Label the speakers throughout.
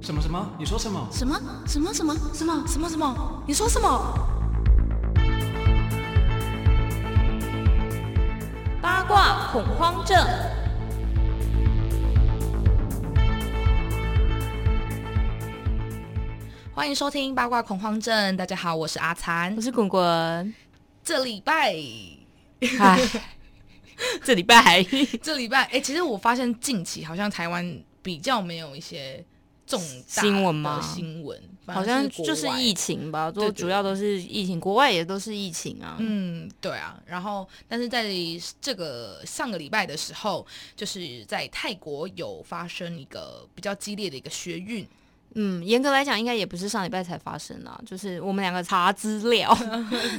Speaker 1: 什么什么？你说什么？
Speaker 2: 什么什么什么什么什么什么？你说什么？
Speaker 3: 八卦恐慌症。
Speaker 2: 欢迎收听八卦恐慌症。大家好，我是阿残
Speaker 3: 我。是滚滚，
Speaker 2: 这礼拜，
Speaker 3: 唉， 这礼拜
Speaker 2: 这礼拜，哎，其实我发现近期好像台湾比较没有一些重大的
Speaker 3: 新闻吗
Speaker 2: 新闻反 而
Speaker 3: 好像
Speaker 2: 是国
Speaker 3: 就是
Speaker 2: 外
Speaker 3: 疫情吧，
Speaker 2: 对
Speaker 3: 都
Speaker 2: 对
Speaker 3: 主要都是疫情，国外也都是疫情啊。
Speaker 2: 嗯，对啊，然后但是在这个上个礼拜的时候，就是在泰国有发生一个比较激烈的一个学运，
Speaker 3: 嗯，严格来讲，应该也不是上礼拜才发生啊，就是我们两个查资 料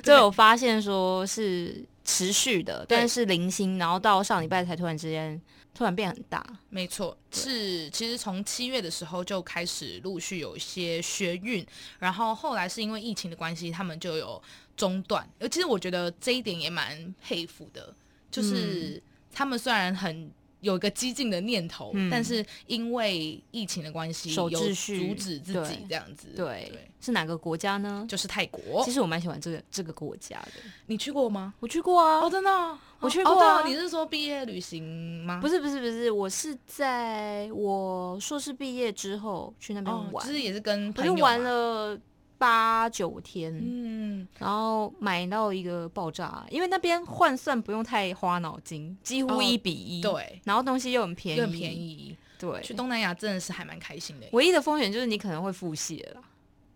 Speaker 3: 都有发现说是持续的，
Speaker 2: 对
Speaker 3: 但是零星，然后到上礼拜才突然之间突然变很大。
Speaker 2: 没错，是其实从七月的时候就开始陆续有一些学运，然后后来是因为疫情的关系，他们就有中断。呃，其实我觉得这一点也蛮佩服的，就是他们虽然很。有一个激进的念头，
Speaker 3: 嗯
Speaker 2: 但是因为疫情的关系，有
Speaker 3: 守
Speaker 2: 阻
Speaker 3: 秩序
Speaker 2: 止自己
Speaker 3: 对
Speaker 2: 这样子。
Speaker 3: 对，是哪个国家呢？
Speaker 2: 就是泰国
Speaker 3: 其。实我蛮喜欢这个这个国家的，
Speaker 2: 你去过吗？
Speaker 3: 我去过啊，
Speaker 2: 哦，真的哦、
Speaker 3: 我
Speaker 2: 哦
Speaker 3: 去过
Speaker 2: 哦对
Speaker 3: 啊
Speaker 2: 你是说毕业旅行吗？
Speaker 3: 不是不是不是，我是在我硕士毕业之后去那
Speaker 2: 哦
Speaker 3: 边，玩，
Speaker 2: 就是也是跟
Speaker 3: 我
Speaker 2: 朋友
Speaker 3: 就玩
Speaker 2: 嘛。
Speaker 3: 了八九天，
Speaker 2: 嗯，
Speaker 3: 然后买到一个爆炸，因为那边换算不用太花脑筋，几乎
Speaker 2: 哦
Speaker 3: 一比一、，
Speaker 2: 对，
Speaker 3: 然后东西又很便宜，
Speaker 2: 又很便，宜。
Speaker 3: 对。
Speaker 2: 去东南亚真的是还蛮开心的
Speaker 3: 唯一的风险就是你可能会腹泻啦，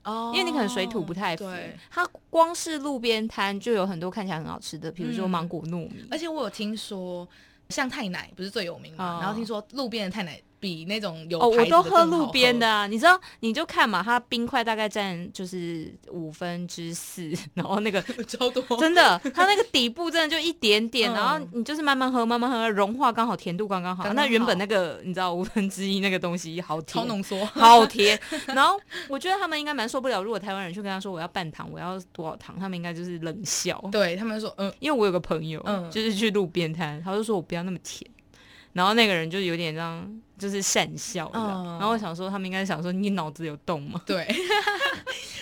Speaker 2: 哦
Speaker 3: 因为你可能水土不太服
Speaker 2: 对。。
Speaker 3: 它光是路边摊就有很多看起来很好吃的，比如说
Speaker 2: 嗯
Speaker 3: 芒果糯米，
Speaker 2: 而且我有听说，像太奶不是最有名
Speaker 3: 哦
Speaker 2: 嘛，然后听说路边的太奶比那种有
Speaker 3: 哦，我
Speaker 2: 牌子
Speaker 3: 都
Speaker 2: 的
Speaker 3: 喝
Speaker 2: 更好
Speaker 3: 路边的啊，你知道，你就看嘛，它冰块大概占就是五分之四， 然后那个
Speaker 2: 喝， 超多。
Speaker 3: 真的，它那个底部真的就一点点，
Speaker 2: 嗯
Speaker 3: 然后你就是慢慢喝，慢慢喝，融化刚好，甜度刚刚好。
Speaker 2: 刚刚
Speaker 3: 那
Speaker 2: 好
Speaker 3: 原本那个你知道五分之一那个东西好
Speaker 2: 超
Speaker 3: 甜。
Speaker 2: 浓缩，
Speaker 3: 好 甜，然后我觉得他们应该蛮受不了。如果台湾人去跟他说我要半糖，我要多少糖，他们应该就是冷笑。
Speaker 2: 对他们说，嗯，
Speaker 3: 因为我有个朋友，
Speaker 2: 嗯
Speaker 3: 就是去路边摊，他就说我不要那么甜，然后那个人就有点这样，就是讪笑这样
Speaker 2: 嗯
Speaker 3: 然后我想说，他们应该想说你脑子有洞吗？
Speaker 2: 对，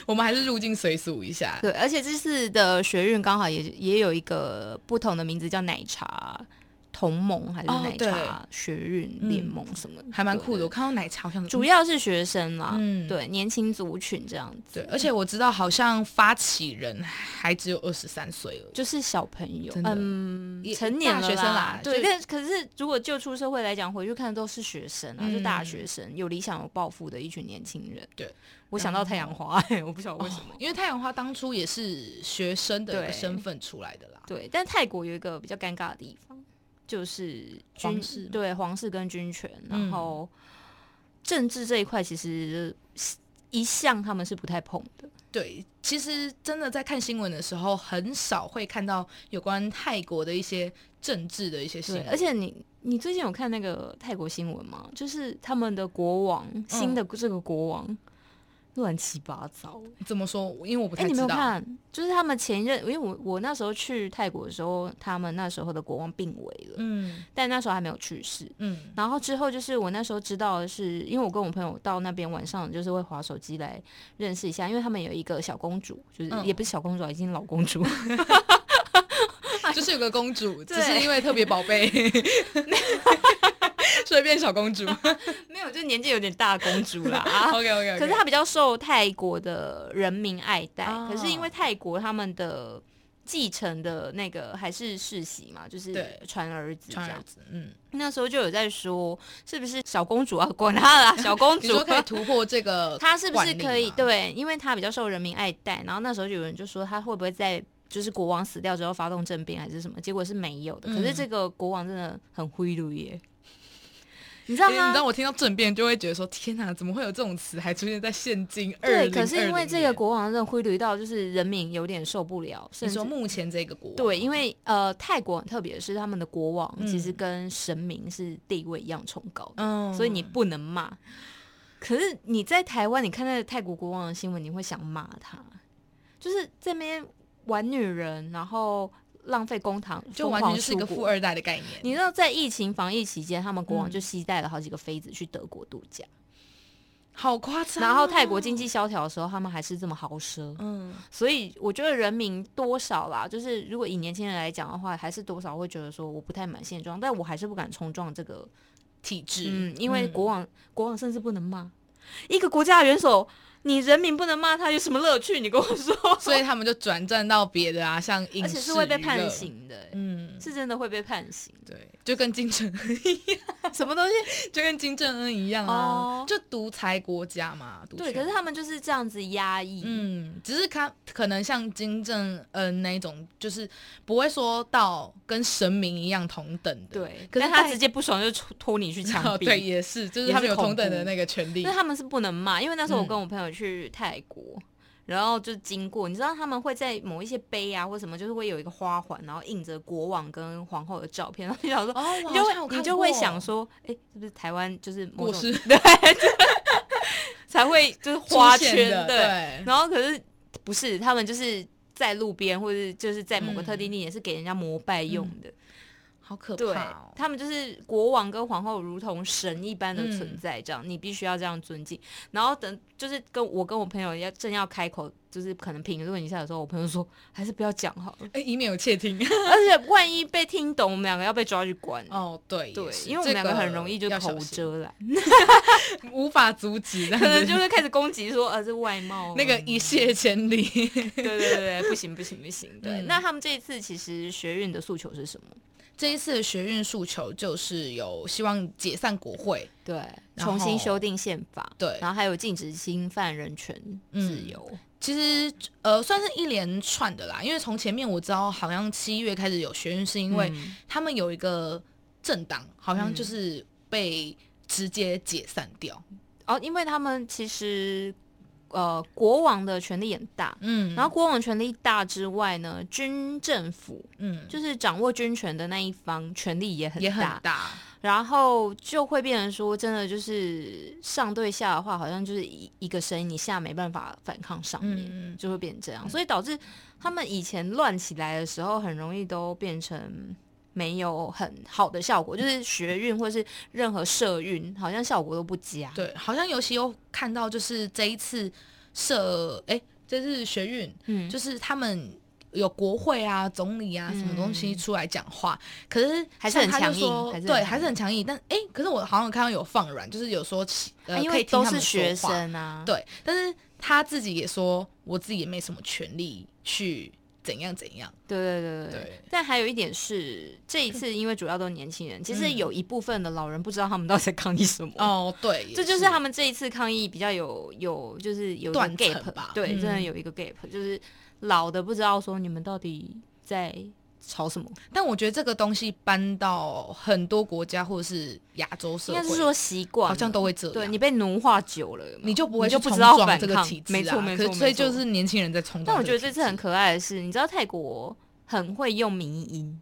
Speaker 2: 我们还是入境随俗一下。
Speaker 3: 对，而且这次的学运刚好也也有一个不同的名字，叫奶茶同盟还是
Speaker 2: 哦
Speaker 3: 奶茶学运联盟什么的，
Speaker 2: 还蛮酷的，
Speaker 3: 对
Speaker 2: 我。看到奶茶好像
Speaker 3: 主要是学生啦，
Speaker 2: 嗯
Speaker 3: 对，年轻族群这样子，
Speaker 2: 对，而且我知道好像发起人还只有二十三岁而已。
Speaker 3: 就是小朋友，
Speaker 2: 真的
Speaker 3: 嗯
Speaker 2: 也，
Speaker 3: 成年了
Speaker 2: 大学生啦
Speaker 3: 对。
Speaker 2: 就
Speaker 3: 但可是如果就出社会来讲，回去看都是学生啊，
Speaker 2: 嗯
Speaker 3: 就大学生，有理想有抱负的一群年轻人。
Speaker 2: 对，
Speaker 3: 我想到太阳花， 嘿我不晓得为什么。
Speaker 2: 因为太阳花当初也是学生的一个
Speaker 3: 对
Speaker 2: 身份出来的啦。
Speaker 3: 对，但泰国有一个比较尴尬的地方，就是
Speaker 2: 皇
Speaker 3: 军
Speaker 2: 室吗
Speaker 3: 对皇室跟军权，
Speaker 2: 嗯
Speaker 3: 然后政治这一块其实一向他们是不太碰的。
Speaker 2: 对，其实真的在看新闻的时候，很少会看到有关泰国的一些政治的一些新
Speaker 3: 对，
Speaker 2: 闻，
Speaker 3: 而且你你最近有看那个泰国新闻吗？就是他们的国王，
Speaker 2: 嗯
Speaker 3: 新的这个国王。乱七八糟，
Speaker 2: 怎么说？因为我不
Speaker 3: 哎、
Speaker 2: 太
Speaker 3: 你没
Speaker 2: 知
Speaker 3: 有
Speaker 2: 道。
Speaker 3: 看？就是他们前任，因为我我那时候去泰国的时候，他们那时候的国王病危了，
Speaker 2: 嗯
Speaker 3: 但那时候还没有去世。
Speaker 2: 嗯
Speaker 3: 然后之后就是我那时候知道的是，因为我跟我朋友到那边晚上就是会划手机来认识一下，因为他们有一个小公主，就是、
Speaker 2: 嗯
Speaker 3: 也不是小公主啊，已经老公主，
Speaker 2: 就是有个公主，只
Speaker 3: 对
Speaker 2: 是因为特别宝 贝，所以变小公主。
Speaker 3: 啊没有，就年纪有点大的公主 啦。啊
Speaker 2: OK OK，
Speaker 3: 可是她比较受泰国的人民爱戴，
Speaker 2: 哦
Speaker 3: 可是因为泰国他们的继承的那个还是世袭嘛，就是
Speaker 2: 对
Speaker 3: 传儿子这
Speaker 2: 穿儿
Speaker 3: 样。
Speaker 2: 子，嗯，
Speaker 3: 那时候就有在说，是不是小公主啊，管她啦，小 公
Speaker 2: 你
Speaker 3: 主
Speaker 2: 说。可以突破 这个
Speaker 3: 他是不是
Speaker 2: 惯例
Speaker 3: 可以
Speaker 2: 吗？
Speaker 3: 对？因为他比较受人民爱戴，然后那时候就有人就说他会不会在就是国王死掉之后发动政变还是什么？结果是没有的。
Speaker 2: 嗯
Speaker 3: 可是这个国王真的很灰溜耶，你知道
Speaker 2: 因为你
Speaker 3: 吗？
Speaker 2: 知道我听到政变就会觉得说，天哪，怎么会有这种词还出现在现今二
Speaker 3: 对，
Speaker 2: 零？
Speaker 3: 可是因为这个，国王真的灰溜到就是人民有点受不了，甚
Speaker 2: 你
Speaker 3: 至
Speaker 2: 说目前这个国王
Speaker 3: 对，因为呃泰国很特别的是他们的国王
Speaker 2: 嗯
Speaker 3: 其实跟神明是地位一样崇高的，
Speaker 2: 嗯
Speaker 3: 所以你不能骂。可是你在台湾，你看那个泰国国王的新闻，你会想骂他，就是这边玩女人，然后浪费公堂，
Speaker 2: 就完全就是一个
Speaker 3: 疯
Speaker 2: 富
Speaker 3: 狂出国。
Speaker 2: 二代的概念。
Speaker 3: 你知道，在疫情防疫期间，他们国王
Speaker 2: 嗯
Speaker 3: 就携带了好几个妃子去德国度假，
Speaker 2: 好夸张哦。
Speaker 3: 然后泰国经济萧条的时候，他们还是这么豪奢，
Speaker 2: 嗯，
Speaker 3: 所以我觉得人民多少啦，就是如果以年轻人来讲的话，还是多少会觉得说我不太满现状，但我还是不敢冲撞这个，
Speaker 2: 体制，
Speaker 3: 嗯，因为国王、国王甚至不能骂一个国家的元首，你人民不能骂他有什么乐趣？你跟我说，
Speaker 2: 所以他们就转战到别的啊，像影视，
Speaker 3: 而且是会被判。刑的、
Speaker 2: 嗯，
Speaker 3: 是真的会被判刑。
Speaker 2: 对，就跟金正恩一样， 什么东西就跟金正恩一样啊，
Speaker 3: 哦
Speaker 2: 就独裁国家嘛，独
Speaker 3: 对，
Speaker 2: 权
Speaker 3: 可是他们就是这样子压抑，
Speaker 2: 嗯，只是他可能像金正恩那一种，就是不会说到跟神明一样同等的。
Speaker 3: 对，
Speaker 2: 可是
Speaker 3: 但他
Speaker 2: 在
Speaker 3: 直接不爽就拖拖你去枪
Speaker 2: 哦，
Speaker 3: 毙，
Speaker 2: 对，也是，就是他们有同等的那个权利
Speaker 3: 但。他们是不能骂，因为那时候我
Speaker 2: 嗯
Speaker 3: 跟我朋友去泰国，然后就经过，你知道他们会在某一些碑啊或什么，就是会有一个花环，然后印着国王跟皇后的照片，然后你想说。
Speaker 2: 哦，
Speaker 3: 你就会你就会想，说，哎、是不是台湾就是某
Speaker 2: 我
Speaker 3: 种
Speaker 2: 是
Speaker 3: 对，才会就是花圈
Speaker 2: 的，
Speaker 3: 对，
Speaker 2: 对，
Speaker 3: 然后可是不是他们就是在路边或者就是在某个
Speaker 2: 嗯
Speaker 3: 特定地点是给人家膜拜用的，
Speaker 2: 好可
Speaker 3: 对
Speaker 2: 怕哦。
Speaker 3: 他们就是国王跟皇后如同神一般的存
Speaker 2: 嗯
Speaker 3: 在，这样、你必须要这样尊敬。然后等就是跟我跟我朋友要正要开口，就是可能评论一下的时候，我朋友说还是不要讲好 了，
Speaker 2: 哎，以免有窃听。
Speaker 3: 而且万一被听懂，我们两个要被抓去关。
Speaker 2: 哦，对，
Speaker 3: 对
Speaker 2: 也，是
Speaker 3: 因为我们两个很容易就口，无
Speaker 2: 这个
Speaker 3: 遮拦，
Speaker 2: 要小心无法阻止，可
Speaker 3: 可能就会开始攻击说，呃，这外貌啊
Speaker 2: 那个一泻千里。
Speaker 3: 对 对对，对不行不行不行。对，
Speaker 2: 嗯
Speaker 3: 那他们这一次其实学运的诉求是什么？
Speaker 2: 这一次的学运诉求就是有希望解散国会，
Speaker 3: 对，
Speaker 2: 然
Speaker 3: 重新
Speaker 2: 后
Speaker 3: 修订宪法，
Speaker 2: 对
Speaker 3: 然后还有禁止侵犯人权自
Speaker 2: 嗯
Speaker 3: 由，
Speaker 2: 其实呃算是一连串的啦，因为从前面我知道好像七月开始有学运，是因为
Speaker 3: 嗯
Speaker 2: 他们有一个政党好像就是被直接解散掉，
Speaker 3: 哦，因为他们其实呃，国王的权力很大。
Speaker 2: 嗯，
Speaker 3: 然后国王权力大之外呢，军政府
Speaker 2: 嗯
Speaker 3: 就是掌握军权的那一方权力也很
Speaker 2: 也很
Speaker 3: 大，
Speaker 2: 大，
Speaker 3: 然后就会变成说，真的就是上对下的话，好像就是一一个声音，你下没办法反抗上面，
Speaker 2: 嗯嗯
Speaker 3: 就会变成这样，所以导致他们以前乱起来的时候，很容易都变成没有很好的效果，就是学运或是任何社运，好像效果都不佳。
Speaker 2: 对，好像尤其又看到就是这一次社哎、这次学运，
Speaker 3: 嗯
Speaker 2: 就是他们。有国会啊、总理啊，什么东西
Speaker 3: 嗯
Speaker 2: 出来讲话，可是
Speaker 3: 还是很
Speaker 2: 像他就
Speaker 3: 强硬还
Speaker 2: 说
Speaker 3: 是很
Speaker 2: 对，
Speaker 3: 强
Speaker 2: 还是很强硬。但哎、可是我好像有看到有放软，就是有说呃，
Speaker 3: 啊因
Speaker 2: 可
Speaker 3: 为
Speaker 2: 以听
Speaker 3: 都
Speaker 2: 他
Speaker 3: 是
Speaker 2: 们说
Speaker 3: 学
Speaker 2: 话
Speaker 3: 生啊，
Speaker 2: 对，但是他自己也说，我自己也没什么权利去怎样怎样。
Speaker 3: 对对对对
Speaker 2: 对
Speaker 3: 但还有一点是，这一次因为主要都是年轻人，其实
Speaker 2: 嗯
Speaker 3: 有一部分的老人不知道他们到底在抗议什么。
Speaker 2: 哦，对，
Speaker 3: 这
Speaker 2: 也
Speaker 3: 就是他们这一次抗议比较有有就是有一个
Speaker 2: 断层
Speaker 3: gap
Speaker 2: 吧
Speaker 3: 对，
Speaker 2: 嗯
Speaker 3: 真的有一个 gap，、就是老的不知道说你们到底在吵什么，
Speaker 2: 但我觉得这个东西搬到很多国家或者是亚洲社
Speaker 3: 应
Speaker 2: 会，
Speaker 3: 该是说习惯了
Speaker 2: 好像都会这样。
Speaker 3: 对你被奴化久了，有没有
Speaker 2: 你就不
Speaker 3: 你
Speaker 2: 会
Speaker 3: 就
Speaker 2: 去
Speaker 3: 不
Speaker 2: 冲
Speaker 3: 知道
Speaker 2: 撞
Speaker 3: 反
Speaker 2: 这个
Speaker 3: 抗
Speaker 2: 体制
Speaker 3: 没错
Speaker 2: 啊
Speaker 3: 没
Speaker 2: 可
Speaker 3: 错，
Speaker 2: 所以
Speaker 3: 没错
Speaker 2: 就是年轻人在冲撞。
Speaker 3: 但我觉得这次很可爱的是，你知道泰国很会用迷音。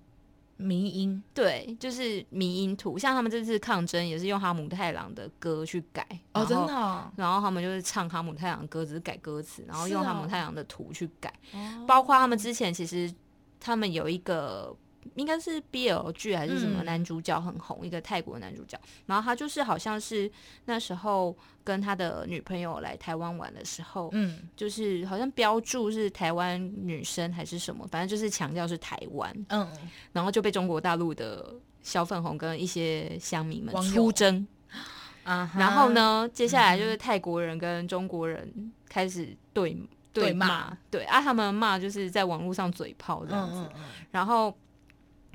Speaker 2: 迷因，
Speaker 3: 对，就是迷音图，像他们这次抗争也是用哈姆太郎的歌去改
Speaker 2: 哦，
Speaker 3: 然
Speaker 2: 真
Speaker 3: 后
Speaker 2: 的哦，
Speaker 3: 然后他们就是唱哈姆太郎的歌，只是改歌词，然后用
Speaker 2: 是
Speaker 3: 哈
Speaker 2: 哦
Speaker 3: 姆太郎的图去改，
Speaker 2: 哦
Speaker 3: 包括他们之前其实他们有一个应该是 BL 剧还是什么
Speaker 2: 嗯
Speaker 3: 男主角很红，一个泰国男主角，然后他就是好像是那时候跟他的女朋友来台湾玩的时候，
Speaker 2: 嗯
Speaker 3: 就是好像标注是台湾女生还是什么，反正就是强调是台湾，
Speaker 2: 嗯，
Speaker 3: 然后就被中国大陆的小粉红跟一些乡民们
Speaker 2: 网友
Speaker 3: 出征。
Speaker 2: 啊哈
Speaker 3: 然后？呢，接下来
Speaker 2: 嗯
Speaker 3: 就是泰国人跟中国人开始对
Speaker 2: 对骂
Speaker 3: 骂，对啊，他们骂就是在网络上嘴炮这样
Speaker 2: 嗯
Speaker 3: 子，
Speaker 2: 嗯嗯，
Speaker 3: 然后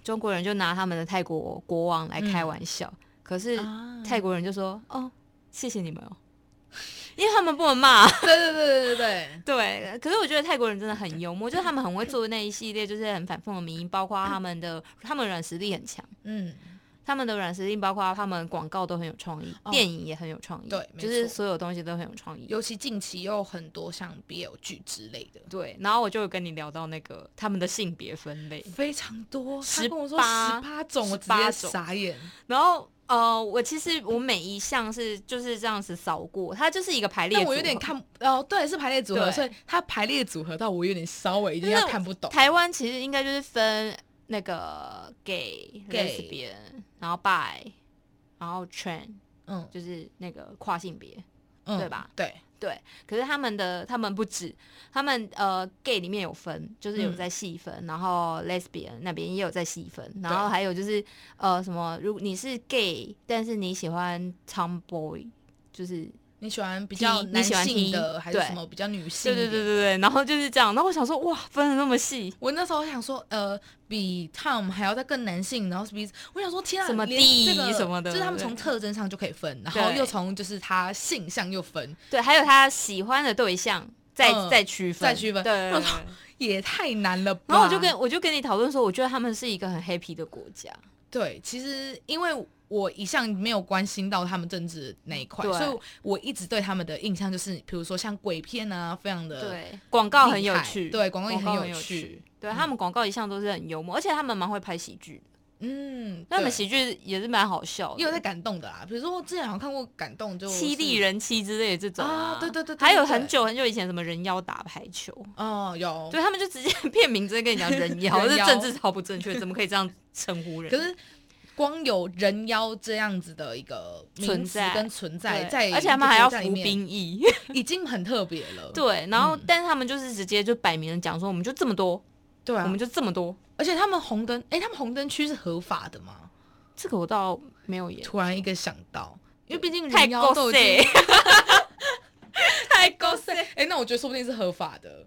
Speaker 3: 中国人就拿他们的泰国国王来开玩笑，可是
Speaker 2: 啊
Speaker 3: 泰国人就说：“哦，谢谢你们哦。”因为他们不能骂，
Speaker 2: 对对对对对对，
Speaker 3: 对。可是我觉得泰国人真的很幽默，就是他们很会做那一系列，就是很反讽的名，包括他们的他们软实力很强，
Speaker 2: 嗯，
Speaker 3: 他们的软实力包括他们广告都很有创意，
Speaker 2: 哦
Speaker 3: 电影也很有创意，
Speaker 2: 对没
Speaker 3: 就是
Speaker 2: 错
Speaker 3: 所有东西都很有创意。
Speaker 2: 尤其近期又很多像 BL 剧之类的，
Speaker 3: 对，然后我就有跟你聊到那个他们的性别分类，
Speaker 2: 非常多，他
Speaker 3: 18
Speaker 2: 跟我说十八种，我直接
Speaker 3: 18种
Speaker 2: 傻眼。
Speaker 3: 然后呃，我其实我每一项是就是这样子扫过，它就是一个排列组
Speaker 2: 但
Speaker 3: 合。
Speaker 2: 我有点看，哦，对，是排列组合，
Speaker 3: 对
Speaker 2: 所以它排列组合到我有点稍微一定
Speaker 3: 但
Speaker 2: 要
Speaker 3: 是
Speaker 2: 看不懂。
Speaker 3: 台湾其实应该就是分那个 gay、
Speaker 2: gay
Speaker 3: lesbian，然后 bi，然后 trans，
Speaker 2: 嗯，
Speaker 3: 就是那个跨性别，
Speaker 2: 嗯
Speaker 3: 对吧？
Speaker 2: 对，
Speaker 3: 对，可是他们的他们不止，他们呃 gay 里面有分，就是有在细分，然后 lesbian 那边也有在细分，然后还有就是呃什么，如果你是 gay，但是你喜欢 tomboy，就是
Speaker 2: 你喜欢比较
Speaker 3: T，你
Speaker 2: 男
Speaker 3: 喜欢
Speaker 2: 性
Speaker 3: T，
Speaker 2: 的，还是
Speaker 3: 对
Speaker 2: 什么比较女
Speaker 3: 对
Speaker 2: 性一
Speaker 3: 对
Speaker 2: 点？
Speaker 3: 对对对，然后就是这样，然后我想说哇，分的那么细，
Speaker 2: 我那时候想说，呃，比 Tom 还要再更男性，然后是比我想说，天啊，
Speaker 3: 什么
Speaker 2: 连
Speaker 3: D
Speaker 2: 这个
Speaker 3: 什么的
Speaker 2: 就是他们
Speaker 3: 对
Speaker 2: 从特征上就可以分，然后
Speaker 3: 对
Speaker 2: 又从就是他性向又分，
Speaker 3: 对，还有他喜欢的对象再、
Speaker 2: 嗯
Speaker 3: 再区分，
Speaker 2: 再区分
Speaker 3: 对对对
Speaker 2: 我
Speaker 3: 对
Speaker 2: 操也太难了吧。
Speaker 3: 然后我就跟我就跟你讨论说，我觉得他们是一个很 happy 的国家，
Speaker 2: 对，其实因为我一向没有关心到他们政治那一块，
Speaker 3: 对
Speaker 2: 所以我一直对他们的印象就是，比如说像鬼片啊，非常的
Speaker 3: 对，广告很
Speaker 2: 厉
Speaker 3: 有
Speaker 2: 害
Speaker 3: 趣，
Speaker 2: 对，广告也
Speaker 3: 广告
Speaker 2: 很
Speaker 3: 很有嗯
Speaker 2: 趣。
Speaker 3: 对他们广告一向都是很幽默，而且他们蛮会拍喜剧，
Speaker 2: 嗯，
Speaker 3: 那他们
Speaker 2: 对
Speaker 3: 喜剧也是蛮好笑的，
Speaker 2: 也有在感动的啦，比如说我之前好像看过感动就
Speaker 3: 犀利
Speaker 2: 是
Speaker 3: 人妻之类的这种
Speaker 2: 啊对对对对
Speaker 3: 还有
Speaker 2: 对
Speaker 3: 很久很久以前什么人妖打排球，
Speaker 2: 哦有
Speaker 3: 对他们就直接片名直接跟你讲 人妖，
Speaker 2: 人
Speaker 3: 这
Speaker 2: 妖
Speaker 3: 政治超不正确，怎么可以这样称呼人？
Speaker 2: 可是光有人妖这样子的一个名
Speaker 3: 存
Speaker 2: 词
Speaker 3: 在
Speaker 2: 跟存在，
Speaker 3: 对
Speaker 2: 在
Speaker 3: 而且他们还要
Speaker 2: 一
Speaker 3: 服
Speaker 2: 个国家里面，
Speaker 3: 兵 役，
Speaker 2: 已经很特别了。
Speaker 3: 对，然后、
Speaker 2: 嗯
Speaker 3: 但是他们就是直接就摆明了讲说，我们就这么多，
Speaker 2: 对
Speaker 3: 我
Speaker 2: 啊
Speaker 3: 们，就这么多，
Speaker 2: 而且他们红灯，哎、他们红灯区是合法的吗？
Speaker 3: 这个我倒没有演，
Speaker 2: 突然一个想到，因为毕竟
Speaker 3: 太
Speaker 2: 人妖
Speaker 3: 够
Speaker 2: 都已经
Speaker 3: 塞，太够 塞，
Speaker 2: 哎、那我觉得说不定是合法的。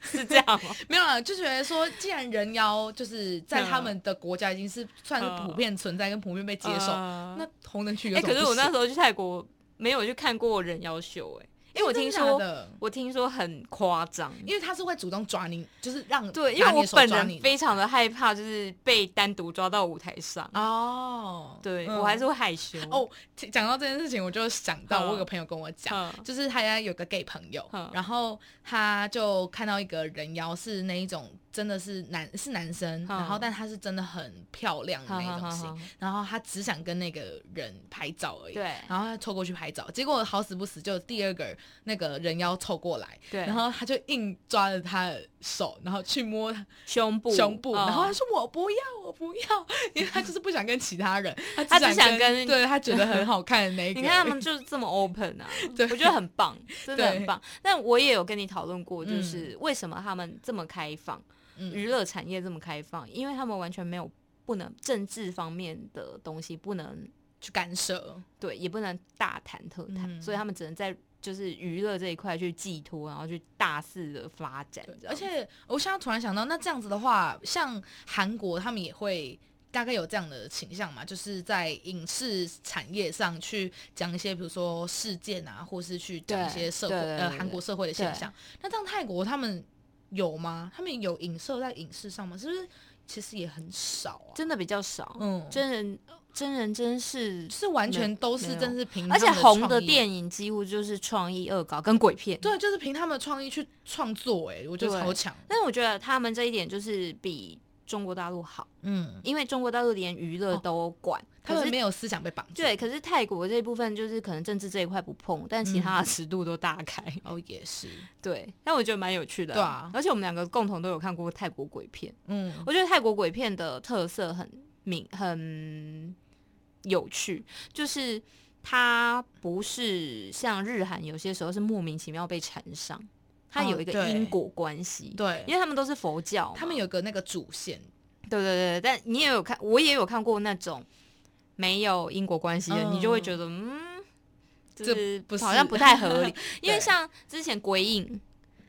Speaker 3: 是这样 吗？
Speaker 2: 没有啦，就觉得说，既然人妖就是在他们的国家已经是算是普遍存在跟普遍被接受，
Speaker 3: 嗯
Speaker 2: 那红灯区有
Speaker 3: 哎、
Speaker 2: 什么
Speaker 3: 可
Speaker 2: 不
Speaker 3: 是
Speaker 2: 行？
Speaker 3: 我那时候去泰国没有去看过人妖秀、哎，因为我听
Speaker 2: 真的假
Speaker 3: 说，
Speaker 2: 的，
Speaker 3: 我听说很夸张。
Speaker 2: 因为他是会主动抓你，就是让
Speaker 3: 对，因
Speaker 2: 拿
Speaker 3: 为
Speaker 2: 你
Speaker 3: 我
Speaker 2: 的手
Speaker 3: 本
Speaker 2: 抓你
Speaker 3: 人
Speaker 2: 的
Speaker 3: 非常的害怕，就是被单独抓到舞台上，
Speaker 2: 哦，
Speaker 3: 对、
Speaker 2: 嗯
Speaker 3: 我还是会害羞。
Speaker 2: 哦，讲讲到这件事情，我就想到
Speaker 3: 嗯
Speaker 2: 我有个朋友跟我讲，
Speaker 3: 嗯，
Speaker 2: 就是他家有个 gay 朋友
Speaker 3: 嗯，
Speaker 2: 然后他就看到一个人妖是那一种真的是男是男生，
Speaker 3: 嗯
Speaker 2: 然后但他是真的很漂亮的
Speaker 3: 好
Speaker 2: 那一
Speaker 3: 好好
Speaker 2: 种型，
Speaker 3: 好，
Speaker 2: 然后他只想跟那个人拍照而已。
Speaker 3: 对
Speaker 2: 然后他凑过去拍照，结果好死不死就第二个那个人妖凑过来，
Speaker 3: 对，
Speaker 2: 然后他就硬抓着他的手，然后去摸他
Speaker 3: 胸部
Speaker 2: 胸部，然后他
Speaker 3: 嗯
Speaker 2: 说我不要，我不要，因为他就是不想跟其他人，
Speaker 3: 他
Speaker 2: 他
Speaker 3: 只想跟
Speaker 2: 对他觉得很好看的那一个。
Speaker 3: 你看他们就是这么 open 啊，
Speaker 2: 对
Speaker 3: 我觉得很棒，真的
Speaker 2: 对
Speaker 3: 很棒。但我也有跟你讨论过，就是为什么他们这么开放，
Speaker 2: 嗯
Speaker 3: 娱乐产业这么开放，因为他们完全没有不能政治方面的东西不能
Speaker 2: 去干涉，
Speaker 3: 对，也不能大谈特谈，
Speaker 2: 嗯
Speaker 3: 所以他们只能在就是娱乐这一块去寄托，然后去大肆的发展这样
Speaker 2: 对。啊而且我现在突然想到，那这样子的话，像韩国他们也会。大概有这样的倾向嘛，就是在影视产业上去讲一些，比如说事件啊，或是去讲一些社会
Speaker 3: 对对对
Speaker 2: 呃
Speaker 3: 对
Speaker 2: 韩国社会的现象。那这样泰国他们有吗？他们有影射在影视上吗？是不是其实也很少啊？
Speaker 3: 真的比较少，
Speaker 2: 嗯，
Speaker 3: 真人真人真事
Speaker 2: 就，是完全都
Speaker 3: 没
Speaker 2: 是
Speaker 3: 有
Speaker 2: 真是凭，
Speaker 3: 而且红
Speaker 2: 的
Speaker 3: 的啊
Speaker 2: 创意
Speaker 3: 电影几乎就是创意恶搞跟鬼片。
Speaker 2: 对，就是凭他们的创意去创作、哎，我觉得
Speaker 3: 对
Speaker 2: 超强，
Speaker 3: 但我觉得他们这一点就是比中国大陆好，
Speaker 2: 嗯，
Speaker 3: 因为中国大陆连娱乐
Speaker 2: 哦
Speaker 3: 都管，
Speaker 2: 他
Speaker 3: 可
Speaker 2: 们
Speaker 3: 是
Speaker 2: 没有思想被绑住，
Speaker 3: 对，，可是泰国这一部分就是可能政治这一块不碰，但其他的尺度都大开。
Speaker 2: 哦，也是，
Speaker 3: 嗯对，但我觉得蛮有趣的、
Speaker 2: 对啊
Speaker 3: 而且我们两个共同都有看过泰国鬼片，
Speaker 2: 嗯，
Speaker 3: 我觉得泰国鬼片的特色很明很有趣，就是它不是像日韩有些时候是莫名其妙被缠上，它
Speaker 2: 哦
Speaker 3: 有一个
Speaker 2: 对
Speaker 3: 因果关系。因
Speaker 2: 对，
Speaker 3: 为他们都是佛教嘛，
Speaker 2: 他们有个那个主线，
Speaker 3: 对对对，但你也有看，我也有看过那种没有因果关系的，
Speaker 2: 嗯
Speaker 3: 你就会觉得嗯，就
Speaker 2: 这
Speaker 3: 是
Speaker 2: 不是。
Speaker 3: 好像不太合理 因为
Speaker 2: 对
Speaker 3: 像之前鬼影，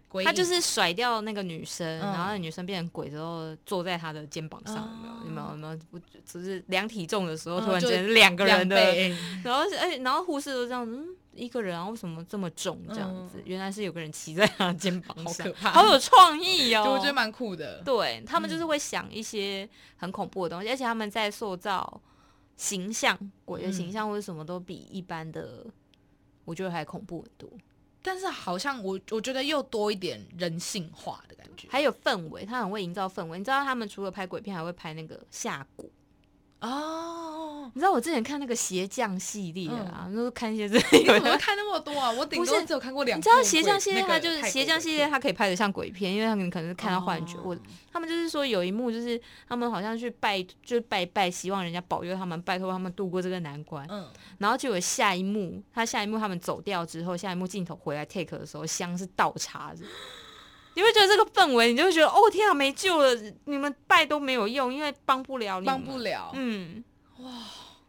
Speaker 2: 鬼
Speaker 3: 他
Speaker 2: 影
Speaker 3: 就是甩掉那个女生，
Speaker 2: 嗯
Speaker 3: 然后那女生变成鬼之后，坐在他的肩膀上，
Speaker 2: 哦
Speaker 3: 有没有？有没有？有没有？不只是量体重的时候，
Speaker 2: 嗯
Speaker 3: 突然
Speaker 2: 就
Speaker 3: 间两个人
Speaker 2: 两
Speaker 3: 的，
Speaker 2: 倍，
Speaker 3: 然后而且然后护士都这样，嗯，一个人啊，为什么这么重？这样子，原来是有个人骑在他的肩膀
Speaker 2: 嗯好
Speaker 3: 上，
Speaker 2: 可怕
Speaker 3: 好有创意哦！
Speaker 2: 对，我觉得蛮嗯酷的，
Speaker 3: 对他们就是会想一些很恐怖的东西，而且他们在塑造形象，鬼的形
Speaker 2: 嗯
Speaker 3: 象或者什么都比一般的，我觉得还恐怖很多。
Speaker 2: 但是好像我我觉得又多一点人性化的感觉，
Speaker 3: 还有氛围，他很会营造氛围。你知道他们除了拍鬼片，还会拍那个下蛊，
Speaker 2: 哦，
Speaker 3: 你知道我之前看那个鞋匠系列
Speaker 2: 嗯
Speaker 3: 啊，就是看一些这
Speaker 2: 你
Speaker 3: 有
Speaker 2: 怎么 会看那么多啊？我顶
Speaker 3: 不
Speaker 2: 多
Speaker 3: 是
Speaker 2: 只有看过两
Speaker 3: 你
Speaker 2: 部
Speaker 3: 知道
Speaker 2: 鬼。
Speaker 3: 鞋匠系列，
Speaker 2: 那个
Speaker 3: 它就是
Speaker 2: 泰国
Speaker 3: 鞋匠
Speaker 2: 鬼
Speaker 3: 系列，
Speaker 2: 片，
Speaker 3: 它可以拍的像鬼片，因为他们可能是看到幻觉。
Speaker 2: 哦
Speaker 3: 我他们就是说有一幕就是他们好像去拜，就是拜拜，希望人家保佑他们，拜托他们度过这个难关。
Speaker 2: 嗯，
Speaker 3: 然后就有下一幕，他下一幕他们走掉之后，下一幕镜头回来 take 的时候，香是倒插着。你会觉得这个氛围，你就会觉得哦天啊，没救了！你们拜都没有用，因为帮不了你们。
Speaker 2: 帮不了。
Speaker 3: 嗯，哇，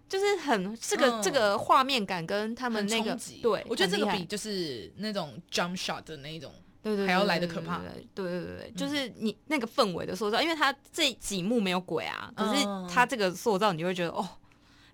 Speaker 3: 就是很这个、
Speaker 2: 嗯
Speaker 3: 这个画面感跟他们
Speaker 2: 很
Speaker 3: 那个
Speaker 2: 冲击
Speaker 3: 对，
Speaker 2: 我觉得
Speaker 3: 很
Speaker 2: 这个
Speaker 3: 厉害
Speaker 2: 比就是那种 jump shot 的那一种，
Speaker 3: 对对
Speaker 2: 还要来得可怕。嗯
Speaker 3: 对对对对对，就是你那个氛围的塑造，因为他这几幕没有鬼啊，可是
Speaker 2: 嗯
Speaker 3: 他这个塑造，你就会觉得哦，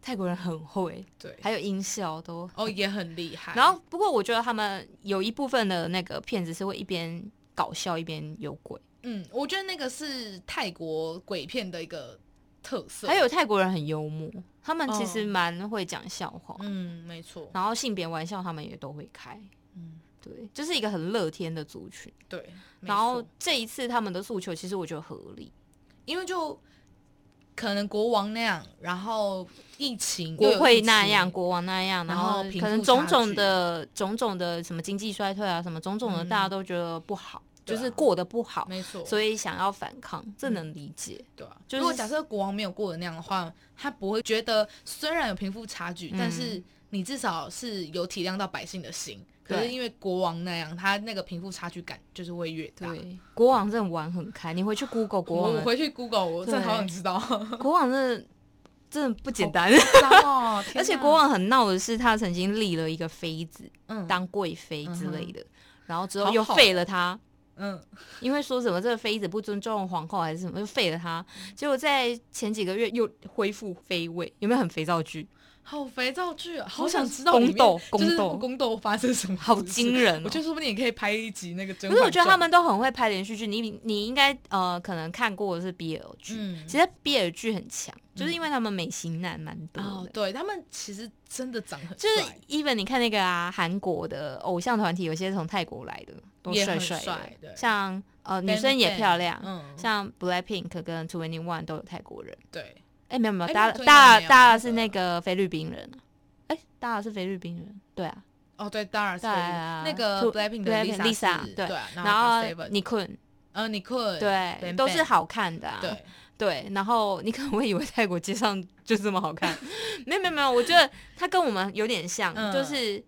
Speaker 3: 泰国人很会，
Speaker 2: 对，
Speaker 3: 还有音效都。
Speaker 2: 哦也很厉害。
Speaker 3: 然后不过我觉得他们有一部分的那个片子是会一边搞笑一边有鬼，
Speaker 2: 嗯，我觉得那个是泰国鬼片的一个特色。
Speaker 3: 还有泰国人很幽默，他们其实
Speaker 2: 哦
Speaker 3: 蛮会讲笑话，
Speaker 2: 嗯，没错，
Speaker 3: 然后性别玩笑他们也都会开。
Speaker 2: 嗯，
Speaker 3: 对，就是一个很乐天的族群。
Speaker 2: 对。没
Speaker 3: 然后
Speaker 2: 错
Speaker 3: 这一次他们的诉求，其实我觉得合理。
Speaker 2: 因为就可能国王那样，然后疫情
Speaker 3: 国会那，
Speaker 2: 又有疫
Speaker 3: 样，
Speaker 2: 情
Speaker 3: 国王那样，然
Speaker 2: 然后
Speaker 3: 后
Speaker 2: 贫
Speaker 3: 可能
Speaker 2: 富
Speaker 3: 种
Speaker 2: 差
Speaker 3: 种
Speaker 2: 距
Speaker 3: 的种种的什么经济衰退啊，什么种种的，
Speaker 2: 嗯
Speaker 3: 大家都觉得不好，就
Speaker 2: 对啊
Speaker 3: 是过得不好，
Speaker 2: 没错，
Speaker 3: 所以想要反抗，这能理解。
Speaker 2: 对啊，
Speaker 3: 就是
Speaker 2: 如果假设国王没有过的那样的话，他不会觉得虽然有贫富差距，
Speaker 3: 嗯
Speaker 2: 但是你至少是有体谅到百姓的心。可是
Speaker 3: 对
Speaker 2: 因为国王那样，他那个贫富差距感就是会越大。
Speaker 3: 对，国王真的玩很开，你回去 Google 国
Speaker 2: 啊我
Speaker 3: 王
Speaker 2: 我
Speaker 3: 的，
Speaker 2: 回去 Google，我真的
Speaker 3: 对
Speaker 2: 好想知 道。
Speaker 3: 国王真的真的不简单。
Speaker 2: 哦，天哪
Speaker 3: 而且国，王很闹的是，他曾经立了一个妃子
Speaker 2: 嗯
Speaker 3: 当贵妃之类
Speaker 2: 嗯哼
Speaker 3: 的，然后之后
Speaker 2: 好
Speaker 3: 又
Speaker 2: 好
Speaker 3: 废了他。
Speaker 2: 嗯，
Speaker 3: 因为说什么这个妃子不尊重皇后还是什么，就废了她。
Speaker 2: 嗯
Speaker 3: 结果在前几个月又恢复妃位，有没有很肥皂剧？
Speaker 2: 好肥皂剧啊，好
Speaker 3: 我想
Speaker 2: 想知道
Speaker 3: 宫
Speaker 2: 里面
Speaker 3: 斗
Speaker 2: 就
Speaker 3: 宫
Speaker 2: 是
Speaker 3: 斗
Speaker 2: 宫斗发生什么，
Speaker 3: 好惊。人、
Speaker 2: 我
Speaker 3: 哦！
Speaker 2: 觉得说不定也可以拍一集那个甄嬛传。
Speaker 3: 可是我觉得他们都很会拍连续剧，你你应该呃可能看过的是 BL 剧，
Speaker 2: 嗯
Speaker 3: 其实 BL 剧很强，就是因为他们美型男蛮多的。
Speaker 2: 哦，对他们其实真的长很
Speaker 3: 就是 even 你看那个啊，韩国的偶像团体，有些是从泰国来的，都
Speaker 2: 也
Speaker 3: 帅
Speaker 2: 很
Speaker 3: 帅
Speaker 2: 帅
Speaker 3: 的，
Speaker 2: 对
Speaker 3: 像呃女
Speaker 2: Ben
Speaker 3: 生也
Speaker 2: Fan，
Speaker 3: 漂亮，
Speaker 2: 嗯
Speaker 3: 像 BLACKPINK 跟 Twenty One 都有泰国人。
Speaker 2: 对，
Speaker 3: 哎、没有没有，
Speaker 2: 哎
Speaker 3: 达
Speaker 2: 没有
Speaker 3: 达
Speaker 2: 对没有
Speaker 3: 达
Speaker 2: 那
Speaker 3: 是
Speaker 2: 个
Speaker 3: 那个菲律宾人啊，哎、达尔是菲律宾人，对啊，
Speaker 2: 哦，对，当然是
Speaker 3: 对啊
Speaker 2: 那个
Speaker 3: To-
Speaker 2: Blackpink 的
Speaker 3: Blackpink Lisa，
Speaker 2: 是
Speaker 3: 对
Speaker 2: 对啊，
Speaker 3: 然
Speaker 2: 后
Speaker 3: 后
Speaker 2: Got Seven，
Speaker 3: 尼坤，
Speaker 2: 呃，你困，
Speaker 3: 对，啊
Speaker 2: Ben
Speaker 3: 都是
Speaker 2: Ben
Speaker 3: 好看的、啊，
Speaker 2: 对，
Speaker 3: 对然后你可能会以为泰国街上就这么好 看，没有没有没有，我觉得它跟我们有点像，
Speaker 2: 嗯
Speaker 3: 就是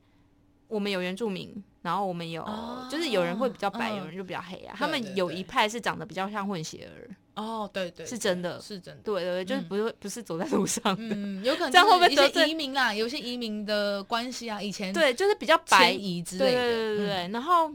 Speaker 3: 我们有原住民。然后我们有，
Speaker 2: 哦
Speaker 3: 就是有人会比较白，
Speaker 2: 嗯
Speaker 3: 有人就比较黑啊。
Speaker 2: 对
Speaker 3: 他们
Speaker 2: 对
Speaker 3: 有
Speaker 2: 对
Speaker 3: 一派是长得比较像混血儿，
Speaker 2: 哦，对对，
Speaker 3: 是
Speaker 2: 对
Speaker 3: 真的
Speaker 2: 是真的。
Speaker 3: 对对对，就是
Speaker 2: 嗯
Speaker 3: 不是、不是走在路上的，
Speaker 2: 嗯，有可能
Speaker 3: 这样会不会
Speaker 2: 就是
Speaker 3: 得
Speaker 2: 一些
Speaker 3: 罪
Speaker 2: 移民啊？有一些移民的关系啊，以前
Speaker 3: 对，就是比 较白
Speaker 2: 迁移之
Speaker 3: 对
Speaker 2: 类的，
Speaker 3: 对对对
Speaker 2: 嗯，
Speaker 3: 对，然后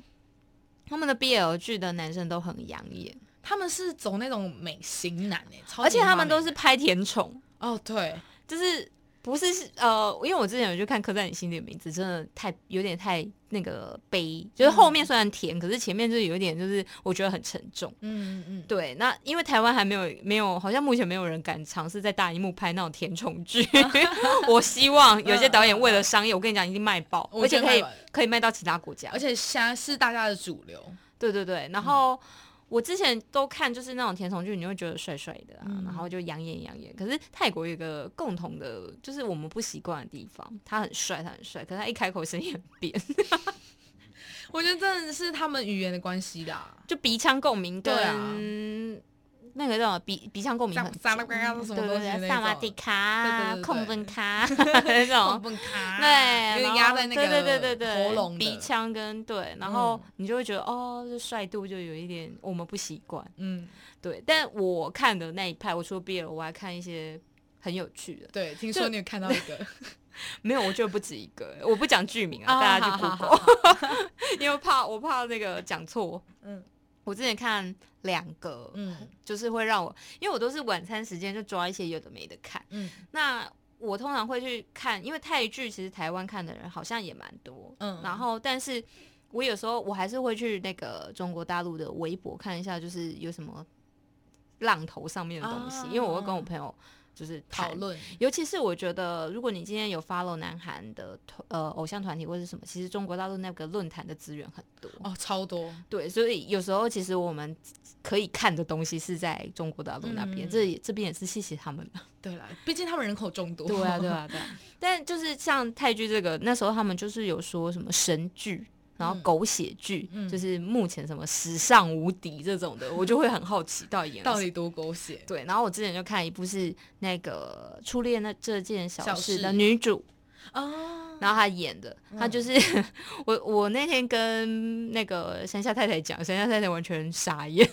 Speaker 3: 他们的 BL 剧的男生都很养眼，
Speaker 2: 他们是走那种美型男哎，超
Speaker 3: 而
Speaker 2: 级
Speaker 3: 且他们
Speaker 2: 妈
Speaker 3: 都
Speaker 2: 美
Speaker 3: 是拍甜宠，
Speaker 2: 哦，对，
Speaker 3: 就是不是是呃，因为我之前有去看《刻在你心底的名字》，真的太有点太那个悲，就是后
Speaker 2: 嗯
Speaker 3: 面虽然甜，可是前面就是有一点就是我觉得很沉重。
Speaker 2: 嗯嗯嗯，
Speaker 3: 对，那因为台湾还没有没有，好像目前没有人敢尝试在大荧幕拍那种甜宠 剧。我希望有些导演为了商业，我跟你讲一定卖爆，
Speaker 2: 嗯我
Speaker 3: 而且
Speaker 2: 觉得
Speaker 3: 可以
Speaker 2: 卖爆
Speaker 3: 可以卖到其他国家
Speaker 2: 而。且现在是大家的主流，
Speaker 3: 对对对，
Speaker 2: 嗯
Speaker 3: 然后。我之前都看就是那种甜宠剧，你会觉得帅帅的啊，
Speaker 2: 嗯
Speaker 3: 然后就养眼养眼。可是泰国有一个共同的，就是我们不习惯的地方，他很帅，他很帅，可是他一开口声音很扁，
Speaker 2: 我觉得真的是他们语言的关系啦。
Speaker 3: 就鼻腔共鸣跟、
Speaker 2: 对啊
Speaker 3: 那个叫什么鼻鼻腔共鸣
Speaker 2: 像
Speaker 3: 很
Speaker 2: 萨拉嘎嘎是什
Speaker 3: 对
Speaker 2: 么东
Speaker 3: 对
Speaker 2: 西的那
Speaker 3: 对，
Speaker 2: 种
Speaker 3: 萨瓦迪卡
Speaker 2: 对、对对对
Speaker 3: 控分 卡 那种
Speaker 2: 蹦，蹦卡，
Speaker 3: 对，
Speaker 2: 有
Speaker 3: 然
Speaker 2: 点
Speaker 3: 后
Speaker 2: 压在那个
Speaker 3: 对对对对对
Speaker 2: 喉咙的
Speaker 3: 鼻腔跟对，然后
Speaker 2: 嗯
Speaker 3: 你就会觉得、哦，这帅度就有一点我们不习惯。
Speaker 2: 嗯，
Speaker 3: 对，但我看的那一派，我除了 BL，我还看一些很有趣的。
Speaker 2: 对，听
Speaker 3: 就
Speaker 2: 说你有看到一个，
Speaker 3: 没有，我觉得不止一个，我不讲剧名啊，
Speaker 2: 啊
Speaker 3: 大家去
Speaker 2: 好好
Speaker 3: Google，因 为怕我怕那个讲错。
Speaker 2: 嗯
Speaker 3: 我之前看两个，
Speaker 2: 嗯
Speaker 3: 就是会让我，因为我都是晚餐时间就抓一些有的没的看。
Speaker 2: 嗯
Speaker 3: 那我通常会去看，因为泰剧其实台湾看的人好像也蛮多，
Speaker 2: 嗯
Speaker 3: 然后但是我有时候我还是会去那个中国大陆的微博看一下，就是有什么浪头上面的东西，
Speaker 2: 啊
Speaker 3: 因为我会跟我朋友就是谈
Speaker 2: 讨。论，
Speaker 3: 尤其是我觉得，如果你今天有 follow 南韩的团呃偶像团体或者什么，其实中国大陆那个论坛的资源很多。
Speaker 2: 哦，超多，
Speaker 3: 对，所以有时候其实我们可以看的东西是在中国大陆那边，
Speaker 2: 嗯
Speaker 3: 这也这边也是谢谢他们的。
Speaker 2: 对啦，毕竟他们人口众多，
Speaker 3: 对啊，对啊，对啊。但就是像泰剧这个，那时候他们就是有说什么神剧。然后
Speaker 2: 嗯
Speaker 3: 狗血剧、
Speaker 2: 嗯
Speaker 3: 就是目前什么史上无敌这种的，我就会很好奇到底演了
Speaker 2: 到
Speaker 3: 什么
Speaker 2: 底多狗血，
Speaker 3: 对。然后我之前就看一部是那个《初恋那这件小
Speaker 2: 小
Speaker 3: 事》的
Speaker 2: 事嗯
Speaker 3: 女主，
Speaker 2: 哦，
Speaker 3: 然后她演的，她就是 我我那天跟那个山下太太讲，山下太太完全傻眼，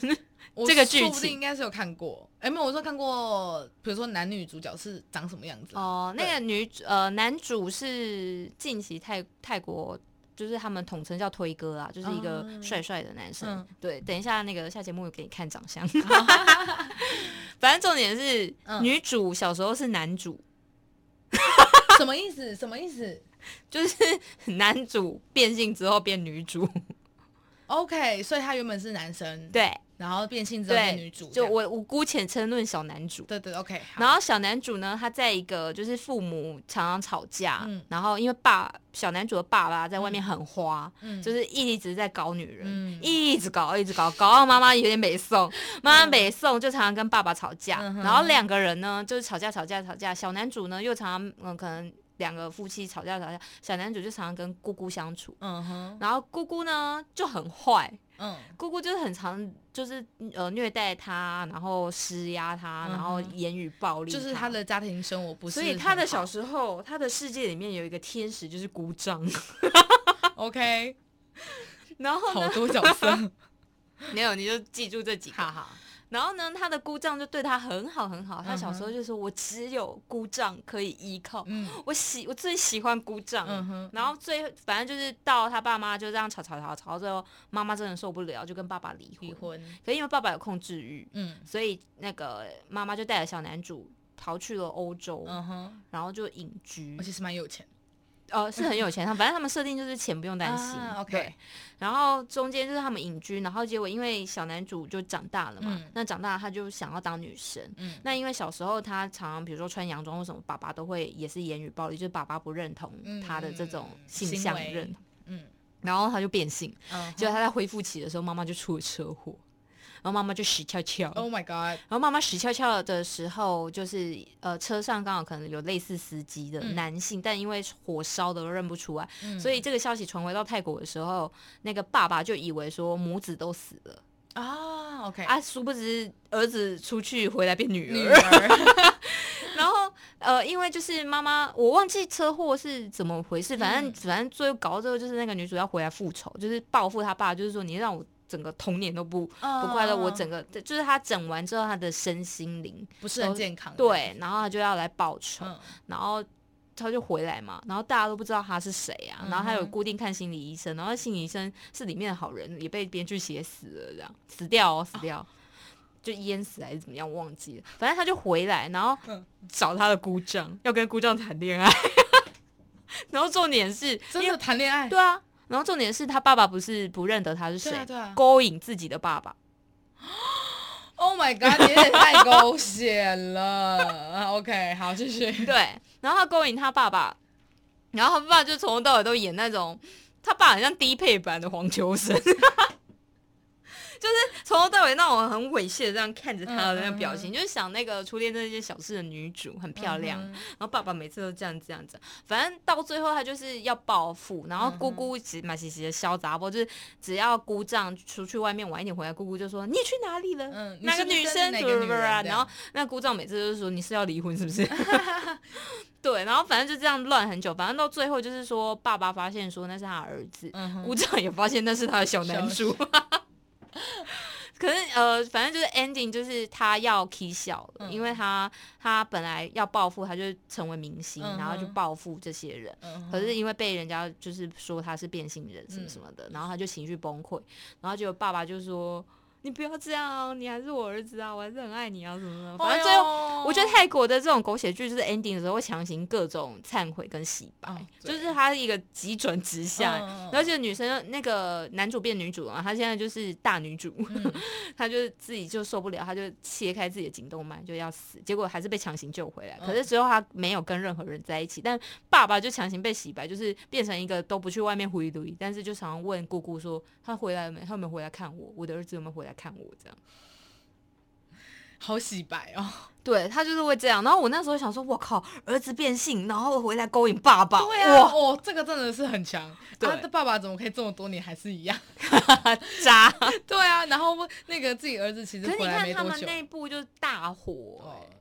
Speaker 2: 我
Speaker 3: 这个剧
Speaker 2: 说不
Speaker 3: 情
Speaker 2: 定应该是有看过，哎，没有，我说看过，比如说男女主角是长什么样子啊，
Speaker 3: 哦，那
Speaker 2: 对
Speaker 3: 个女主呃男主是近期泰泰国。就是他们统称叫推哥啊，就是一个
Speaker 2: 哦
Speaker 3: 帅帅的男生。
Speaker 2: 嗯
Speaker 3: 对，等一下那个下节目有给你看长相。 反正重点是、
Speaker 2: 嗯
Speaker 3: 女主小时候是男主，
Speaker 2: 什么意思？什么意思
Speaker 3: 就是 男主变性之后变女主。
Speaker 2: ？OK，所以他原本是男生，
Speaker 3: 对
Speaker 2: 然后变性之后
Speaker 3: 对，
Speaker 2: 变女主这
Speaker 3: 就
Speaker 2: 样，
Speaker 3: 我我姑且称论小男主。
Speaker 2: 对对 OK，好
Speaker 3: 然后小男主呢，他在一个就是父母常常吵架，
Speaker 2: 嗯
Speaker 3: 然后因为爸小男主的爸爸在外面很花，
Speaker 2: 嗯
Speaker 3: 就是一直在搞女人，
Speaker 2: 嗯
Speaker 3: 一直搞一直搞，搞到妈妈有点北宋，妈妈北宋就常常跟爸爸吵架，
Speaker 2: 嗯哼
Speaker 3: 然后两个人呢就是吵架吵架吵架，小男主呢又常常嗯可能两个夫妻吵架吵架，小男主就常常跟姑姑相处，
Speaker 2: 嗯哼，
Speaker 3: 然后姑姑呢就很坏，
Speaker 2: 嗯
Speaker 3: 姑姑就是很常就是呃虐待他，然后施压他，
Speaker 2: 嗯哼
Speaker 3: 然后言语暴力，
Speaker 2: 就是他。的家庭生活不是
Speaker 3: 所
Speaker 2: 很好，
Speaker 3: 以他的小时候，他的世界里面有一个天使就是姑 丈，
Speaker 2: OK，
Speaker 3: 然后
Speaker 2: 好
Speaker 3: 呢，
Speaker 2: 多角色，
Speaker 3: 没有你就记住这几个。
Speaker 2: 好，
Speaker 3: 然后呢，他的姑丈就对他很好很好，他小时候就说：“我只有姑丈可以依靠，
Speaker 2: 嗯
Speaker 3: 我喜我最喜欢姑丈。
Speaker 2: 嗯哼，
Speaker 3: 然后最反正就是到他爸妈就这样吵吵吵吵到最后，妈妈真的受不了，就跟爸爸离婚。
Speaker 2: 离婚，
Speaker 3: 可因为爸爸有控制欲，
Speaker 2: 嗯
Speaker 3: 所以那个妈妈就带着小男主逃去了欧洲，
Speaker 2: 嗯哼，
Speaker 3: 然后就隐居
Speaker 2: 而，且是蛮有钱，
Speaker 3: 呃，是很有钱。他反正他们设定就是钱不用担心、
Speaker 2: 啊
Speaker 3: 对
Speaker 2: OK，
Speaker 3: 然后中间就是他们隐居，然后结果因为小男主就长大了嘛，
Speaker 2: 嗯
Speaker 3: 那长大他就想要当女生。
Speaker 2: 嗯
Speaker 3: 那因为小时候他常常比如说穿洋装或什么，爸爸都会也是言语暴力，就是爸爸不认同
Speaker 2: 嗯
Speaker 3: 他的这种
Speaker 2: 嗯
Speaker 3: 性
Speaker 2: 行
Speaker 3: 向
Speaker 2: 为
Speaker 3: 认同，
Speaker 2: 嗯
Speaker 3: 然后他就变性。
Speaker 2: 嗯
Speaker 3: 结果他在恢复期的时候，妈妈就出了车祸，然后妈妈就死翘翘。
Speaker 2: ，Oh my God，
Speaker 3: 然后妈妈死翘翘的时候，就是呃车上刚好可能有类似司机的
Speaker 2: 嗯
Speaker 3: 男性，但因为火烧的都认不出来，
Speaker 2: 嗯
Speaker 3: 所以这个消息传回到泰国的时候，那个爸爸就以为说母子都死了
Speaker 2: 啊 OK，
Speaker 3: 啊，殊不知儿子出去回来变女儿，
Speaker 2: 女儿，
Speaker 3: 然后呃因为就是妈妈我忘记车祸是怎么回事，反正、
Speaker 2: 嗯
Speaker 3: 反正最后搞到最后就是那个女主要回来复仇，就是报复她爸，就是说你让我整个童年都不不快乐，我
Speaker 2: 嗯
Speaker 3: 整个就是她整完之后她的身心灵。
Speaker 2: 不是很健康，，
Speaker 3: 对，然后他就要来报仇，
Speaker 2: 嗯
Speaker 3: 然后他就回来嘛，然后大家都不知道他是谁啊，然后他有
Speaker 2: 嗯哼
Speaker 3: 固定看心理医生，然后心理医生是里面的好人，也被编剧写死了，这样死掉
Speaker 2: 啊
Speaker 3: 哦，死掉。就淹死还是怎么样，我忘记了。反正他就回来，然后
Speaker 2: 嗯
Speaker 3: 找他的姑丈，要跟姑丈谈恋爱。 然后重点是，
Speaker 2: 真的谈恋爱，
Speaker 3: 对啊，然后重点是他爸爸不是不认得他是谁，
Speaker 2: 对啊对啊
Speaker 3: 勾引自己的爸爸。
Speaker 2: ，Oh my God，你 也太狗血了，OK，好，继续，
Speaker 3: 对，然后他勾引他爸爸，然后他爸爸就从头到尾都演那种，他爸很像低配版的黄秋生， 就是从头到尾那种很猥亵的这样看着他的那个表情，就是想那个初恋这件小事的女主很漂亮，
Speaker 2: 嗯
Speaker 3: 然后爸爸每次都这样这样子，反正到最后他就是要报复，然后
Speaker 2: 嗯哼
Speaker 3: 姑姑其实蛮嘻嘻的小杂包，就是只要姑丈出去外面晚一点回来，姑姑就说你去哪里了？
Speaker 2: 嗯，
Speaker 3: 那个
Speaker 2: 你是
Speaker 3: 女
Speaker 2: 不是
Speaker 3: 生
Speaker 2: 跟哪个女人
Speaker 3: 啊，
Speaker 2: 这
Speaker 3: 然
Speaker 2: 样
Speaker 3: 后那姑丈每次都是说你是要离婚是不是？ 对，然后反正就这样乱很久，反正到最后就是说爸爸发现说那是他儿子，
Speaker 2: 嗯哼
Speaker 3: 姑丈也发现那是他的小男主。 可是呃，反正就是 ending 就是他要 k 笑了，
Speaker 2: 嗯
Speaker 3: 因为他他本来要报复，他就成为明星，
Speaker 2: 嗯哼
Speaker 3: 然后就报复这些人。
Speaker 2: 嗯哼
Speaker 3: 可是因为被人家就是说他是变性人什么什么的，然后他就情绪崩溃，然后结果爸爸就说你不要这样，你还是我儿子啊，我还是很爱你啊，什么什么。
Speaker 2: 反
Speaker 3: 反正
Speaker 2: 正最
Speaker 3: 最后，
Speaker 2: 后
Speaker 3: 我觉得泰国的这种狗血剧，就是 ending 的时候会强行各种忏悔跟洗白，
Speaker 2: 嗯对
Speaker 3: 就是它一个急转直下。
Speaker 2: 嗯嗯嗯
Speaker 3: 然后这个女生那个男主变女主啊，她现在就是大女主， 她就是自己就受不了，她就切开自己的颈动脉就要死，结果还是被强行救回来。
Speaker 2: 嗯
Speaker 3: 可是之后她没有跟任何人在一起，但爸爸就强行被洗白，就是变成一个都不去外面回旅，但是就常常问姑姑说他回来了没，他有没有回来看我，我的儿子有没有回来看我这样。
Speaker 2: 好洗白哦。
Speaker 3: 对他就是会这样，然后我那时候想说，我靠，儿子变性，然后回来勾引爸爸，
Speaker 2: 对啊，
Speaker 3: 哇，
Speaker 2: 哦，这个真的是很强。
Speaker 3: 对
Speaker 2: 他的爸爸怎么可以这么多年还是一样？
Speaker 3: 渣！
Speaker 2: 对啊，然后那个自己儿子其实
Speaker 3: 可是你
Speaker 2: 回来
Speaker 3: 看
Speaker 2: 没
Speaker 3: 他
Speaker 2: 多
Speaker 3: 们
Speaker 2: 久。
Speaker 3: 内部就大火、
Speaker 2: 哦
Speaker 3: 欸，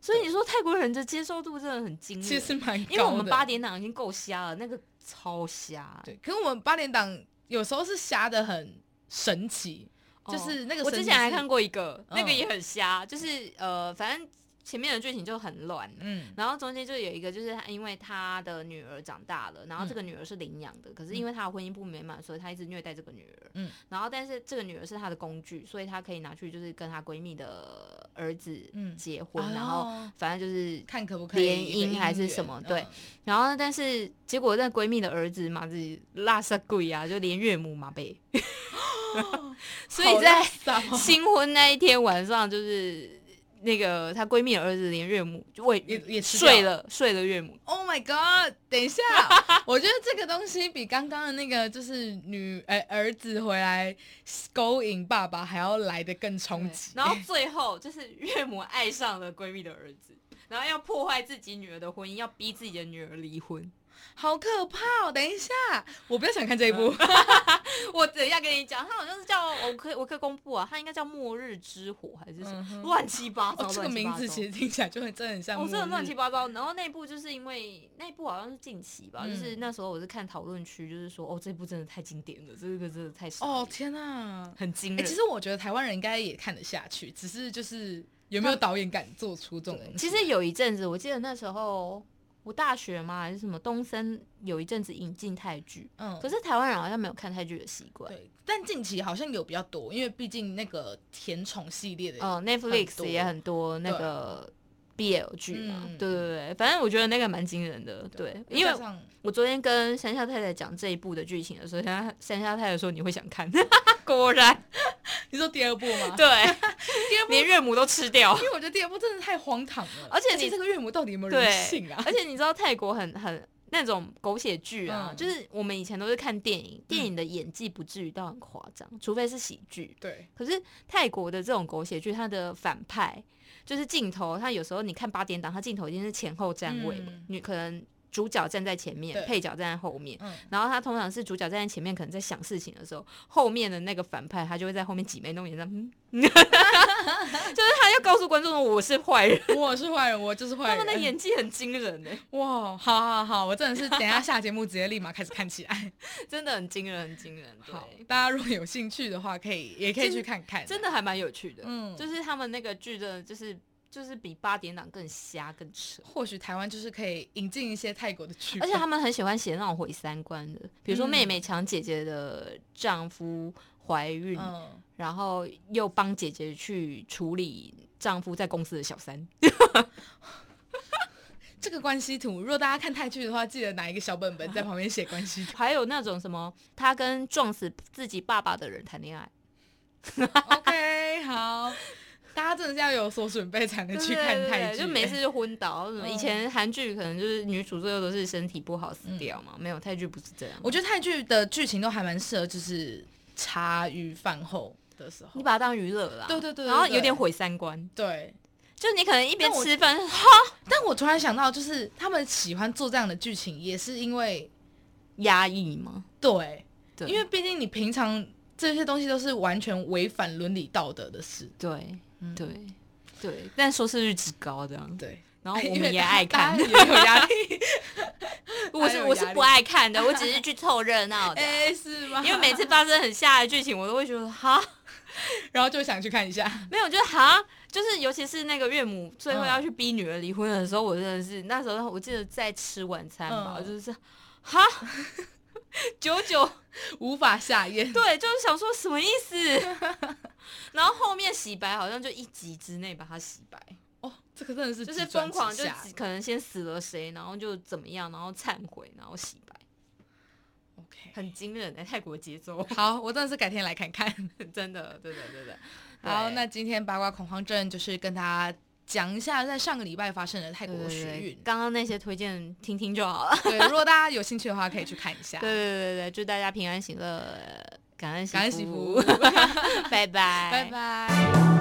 Speaker 3: 所以你说泰国人的接受度真的很惊人，
Speaker 2: 其实蛮高的，
Speaker 3: 因为我们八点档已经够瞎了，那个超瞎，
Speaker 2: 对，可是我们八点档有时候是瞎的很神奇，
Speaker 3: 哦
Speaker 2: 就是那个
Speaker 3: 我
Speaker 2: 神
Speaker 3: 之
Speaker 2: 奇
Speaker 3: 前还
Speaker 2: 是
Speaker 3: 看过一个，
Speaker 2: 嗯
Speaker 3: 那个也很瞎，就是呃，反正前面的剧情就很乱。
Speaker 2: 嗯
Speaker 3: 然后中间就有一个，就是他因为他的女儿长大了，然后
Speaker 2: 嗯
Speaker 3: 这个女儿是领养的，可是因为他的婚姻不美满，所以他一直虐待这个女儿。
Speaker 2: 嗯，
Speaker 3: 然后但是这个女儿是他的工具，所以他可以拿去就是跟她闺蜜的儿子
Speaker 2: 嗯
Speaker 3: 结婚，
Speaker 2: 哦
Speaker 3: 然后反正就是
Speaker 2: 看可不可以
Speaker 3: 联
Speaker 2: 一个
Speaker 3: 姻还是
Speaker 2: 缘
Speaker 3: 什么
Speaker 2: 嗯
Speaker 3: 对然后呢，但是结果那闺蜜的儿子嘛，自己拉萨鬼啊，就连岳母嘛 被，所以在
Speaker 2: 好垃圾 哦
Speaker 3: 新婚那一天晚上，就是那个她闺蜜的儿子连岳母就喂
Speaker 2: 也也吃掉
Speaker 3: 睡了睡了岳母，
Speaker 2: Oh my god！等 一下，我觉得这个东西比刚刚的那个就是女呃儿子回来勾引爸爸还要来的更冲击。
Speaker 3: 然后最后就是岳母爱上了闺蜜的儿子，然后要破坏自己女儿的婚姻，要逼自己的女儿离婚。
Speaker 2: 好可怕哦！等一下，我不要想看这一 部。
Speaker 3: 我等一下跟你讲，他好像是叫我可以我可以公布啊，他应该叫《末日之火》还是什么、
Speaker 2: 嗯哼
Speaker 3: 乱七八糟。
Speaker 2: 哦，这个
Speaker 3: 乱七八
Speaker 2: 名字
Speaker 3: 糟
Speaker 2: 其实听起来就很真的很像末
Speaker 3: 哦，
Speaker 2: 日。
Speaker 3: 真的乱七八糟。然后那一部就是因为那一部好像是近期吧，
Speaker 2: 嗯
Speaker 3: 就是那时候我是看讨论区，就是说哦，这部真的太经典了，这个真的太傻
Speaker 2: 哦
Speaker 3: 眼，
Speaker 2: 天哪！
Speaker 3: 很惊
Speaker 2: 哎、
Speaker 3: 人。
Speaker 2: 其实我觉得台湾人应该也看得下去，只是就是有没有导演敢做出这种东西？
Speaker 3: 其实有一阵子，我记得那时候我大学嘛还是什么，东森有一阵子引进泰剧，
Speaker 2: 嗯
Speaker 3: 可，是台湾人好像没有看泰剧的习惯。
Speaker 2: 对，但近期好像有比较多，因为毕竟那个甜宠系列的，
Speaker 3: 哦、n e t f l i x 也很多那个 BL 剧嘛，
Speaker 2: 嗯
Speaker 3: 对对对，反正我觉得那个蛮惊人的，对，因
Speaker 2: 又
Speaker 3: 为
Speaker 2: 加上
Speaker 3: 我昨天跟山下太太讲这一部的剧情的时候，山下山下太太说你会想看， 果然
Speaker 2: 你说第二部吗？
Speaker 3: 对，
Speaker 2: 第二部，
Speaker 3: 连岳母都吃掉。
Speaker 2: 因为我觉得第二部真的太荒唐了，
Speaker 3: 而且你
Speaker 2: 这个岳母到底有没有
Speaker 3: 对
Speaker 2: 人性啊？
Speaker 3: 而且你知道泰国很很那种狗血剧啊，
Speaker 2: 嗯
Speaker 3: 就是我们以前都是看电影，电影的演技不至于到很夸张，除非是喜剧。
Speaker 2: 对，
Speaker 3: 可是泰国的这种狗血剧，它的反派就是镜头，它有时候你看八点档，它镜头一定是前后站位嘛，
Speaker 2: 嗯
Speaker 3: 你可能主角站在前面
Speaker 2: 对，
Speaker 3: 配角站在后面。
Speaker 2: 嗯，
Speaker 3: 然后他通常是主角站在前面，可能在想事情的时候，后面的那个反派他就会在后面挤眉弄眼，这样，嗯 就是他要告诉观众说我是坏人，
Speaker 2: 我是坏人，我就是坏
Speaker 3: 他
Speaker 2: 人。
Speaker 3: 们的演技很惊人欸呢、
Speaker 2: 哇，好好好，我真的是等一下下节目直接立马开始看起 来。
Speaker 3: 真的很惊人，很惊人，
Speaker 2: 好
Speaker 3: 对，，
Speaker 2: 大家如果有兴趣的话，可以也可以
Speaker 3: 真
Speaker 2: 去看看，
Speaker 3: 真的还蛮有趣的，
Speaker 2: 嗯
Speaker 3: 就是他们那个剧真的就是就是比八点档更瞎更扯。
Speaker 2: 或许台湾就是可以引进一些泰国的剧
Speaker 3: 而
Speaker 2: 本，
Speaker 3: 且他们很喜欢写那种毁三观的，比如说
Speaker 2: 嗯
Speaker 3: 妹妹抢姐姐的丈夫怀孕，
Speaker 2: 嗯，
Speaker 3: 然后又帮姐姐去处理丈夫在公司的小三。
Speaker 2: 这个关系图，如果大家看泰剧的话，记得拿一个 小本本在旁边写关系图。
Speaker 3: 还有那种什么，他跟撞死自己爸爸的人谈恋爱，
Speaker 2: OK，好，大家真的是要有所准备才能去看
Speaker 3: 对对对
Speaker 2: 泰剧，
Speaker 3: 就
Speaker 2: 欸
Speaker 3: 没事就昏倒。什么
Speaker 2: 嗯
Speaker 3: 以前韩剧可能就是女主最后都是身体不好死掉嘛，没有泰剧不是这样。
Speaker 2: 嗯我觉得泰剧的剧情都还蛮适合，就是茶余饭后的时
Speaker 3: 你
Speaker 2: 候。
Speaker 3: 把它当娱乐啦，
Speaker 2: 对对对对
Speaker 3: 然后有
Speaker 2: 对
Speaker 3: 点毁三观，
Speaker 2: 对，
Speaker 3: 就你可能一边
Speaker 2: 但我
Speaker 3: 吃饭，
Speaker 2: 但我突然想到，就是他们喜欢做这样的剧情，也是因为
Speaker 3: 压抑嘛，
Speaker 2: 对，
Speaker 3: 对，
Speaker 2: 因为毕竟你平常这些东西都是完全违反伦理道德的事。
Speaker 3: 对
Speaker 2: 嗯
Speaker 3: 对对，但收视率之高这样，
Speaker 2: 对，
Speaker 3: 然后我
Speaker 2: 因为
Speaker 3: 们也
Speaker 2: 大
Speaker 3: 爱
Speaker 2: 大
Speaker 3: 看
Speaker 2: 家，也有压力。
Speaker 3: 我是
Speaker 2: 有
Speaker 3: 我是
Speaker 2: 压力
Speaker 3: 不爱看的，我只是去凑热闹的，
Speaker 2: 哎、是吗？
Speaker 3: 因为每次发生很吓的剧情，我都会觉得 哈。
Speaker 2: 然后就想去看一下。
Speaker 3: 没有，就是哈，就是尤其是那个岳母最
Speaker 2: 嗯
Speaker 3: 后要去逼女儿离婚的时候，我真的是那时候我记得在吃晚餐吧，
Speaker 2: 嗯
Speaker 3: 就是哈，久 久
Speaker 2: 无法下咽。
Speaker 3: 对，就是想说什么意思？ 然后后面洗白好像就一集之内把它洗白，
Speaker 2: 哦，这个真的是
Speaker 3: 就是
Speaker 2: 急转
Speaker 3: 疯狂，
Speaker 2: 直
Speaker 3: 就
Speaker 2: 下
Speaker 3: 只可能先死了谁，然后就怎么样，然后忏悔，然后洗白，
Speaker 2: OK。
Speaker 3: 很惊人的、欸泰国节奏，
Speaker 2: 好，我真的是改天来看看。
Speaker 3: 真的，对的， 对的。
Speaker 2: 好，
Speaker 3: 对
Speaker 2: 那今天八卦恐慌症就是跟大家讲一下在上个礼拜发生的泰
Speaker 3: 对
Speaker 2: 国
Speaker 3: 对
Speaker 2: 学
Speaker 3: 对
Speaker 2: 运。
Speaker 3: 刚刚那些推荐听听就 好了。
Speaker 2: 对，如果大家有兴趣的话，可以去看一下。
Speaker 3: 对对对对，祝大家平安喜乐，感恩
Speaker 2: 感恩惜
Speaker 3: 福
Speaker 2: 福，，
Speaker 3: 拜拜，
Speaker 2: 拜拜。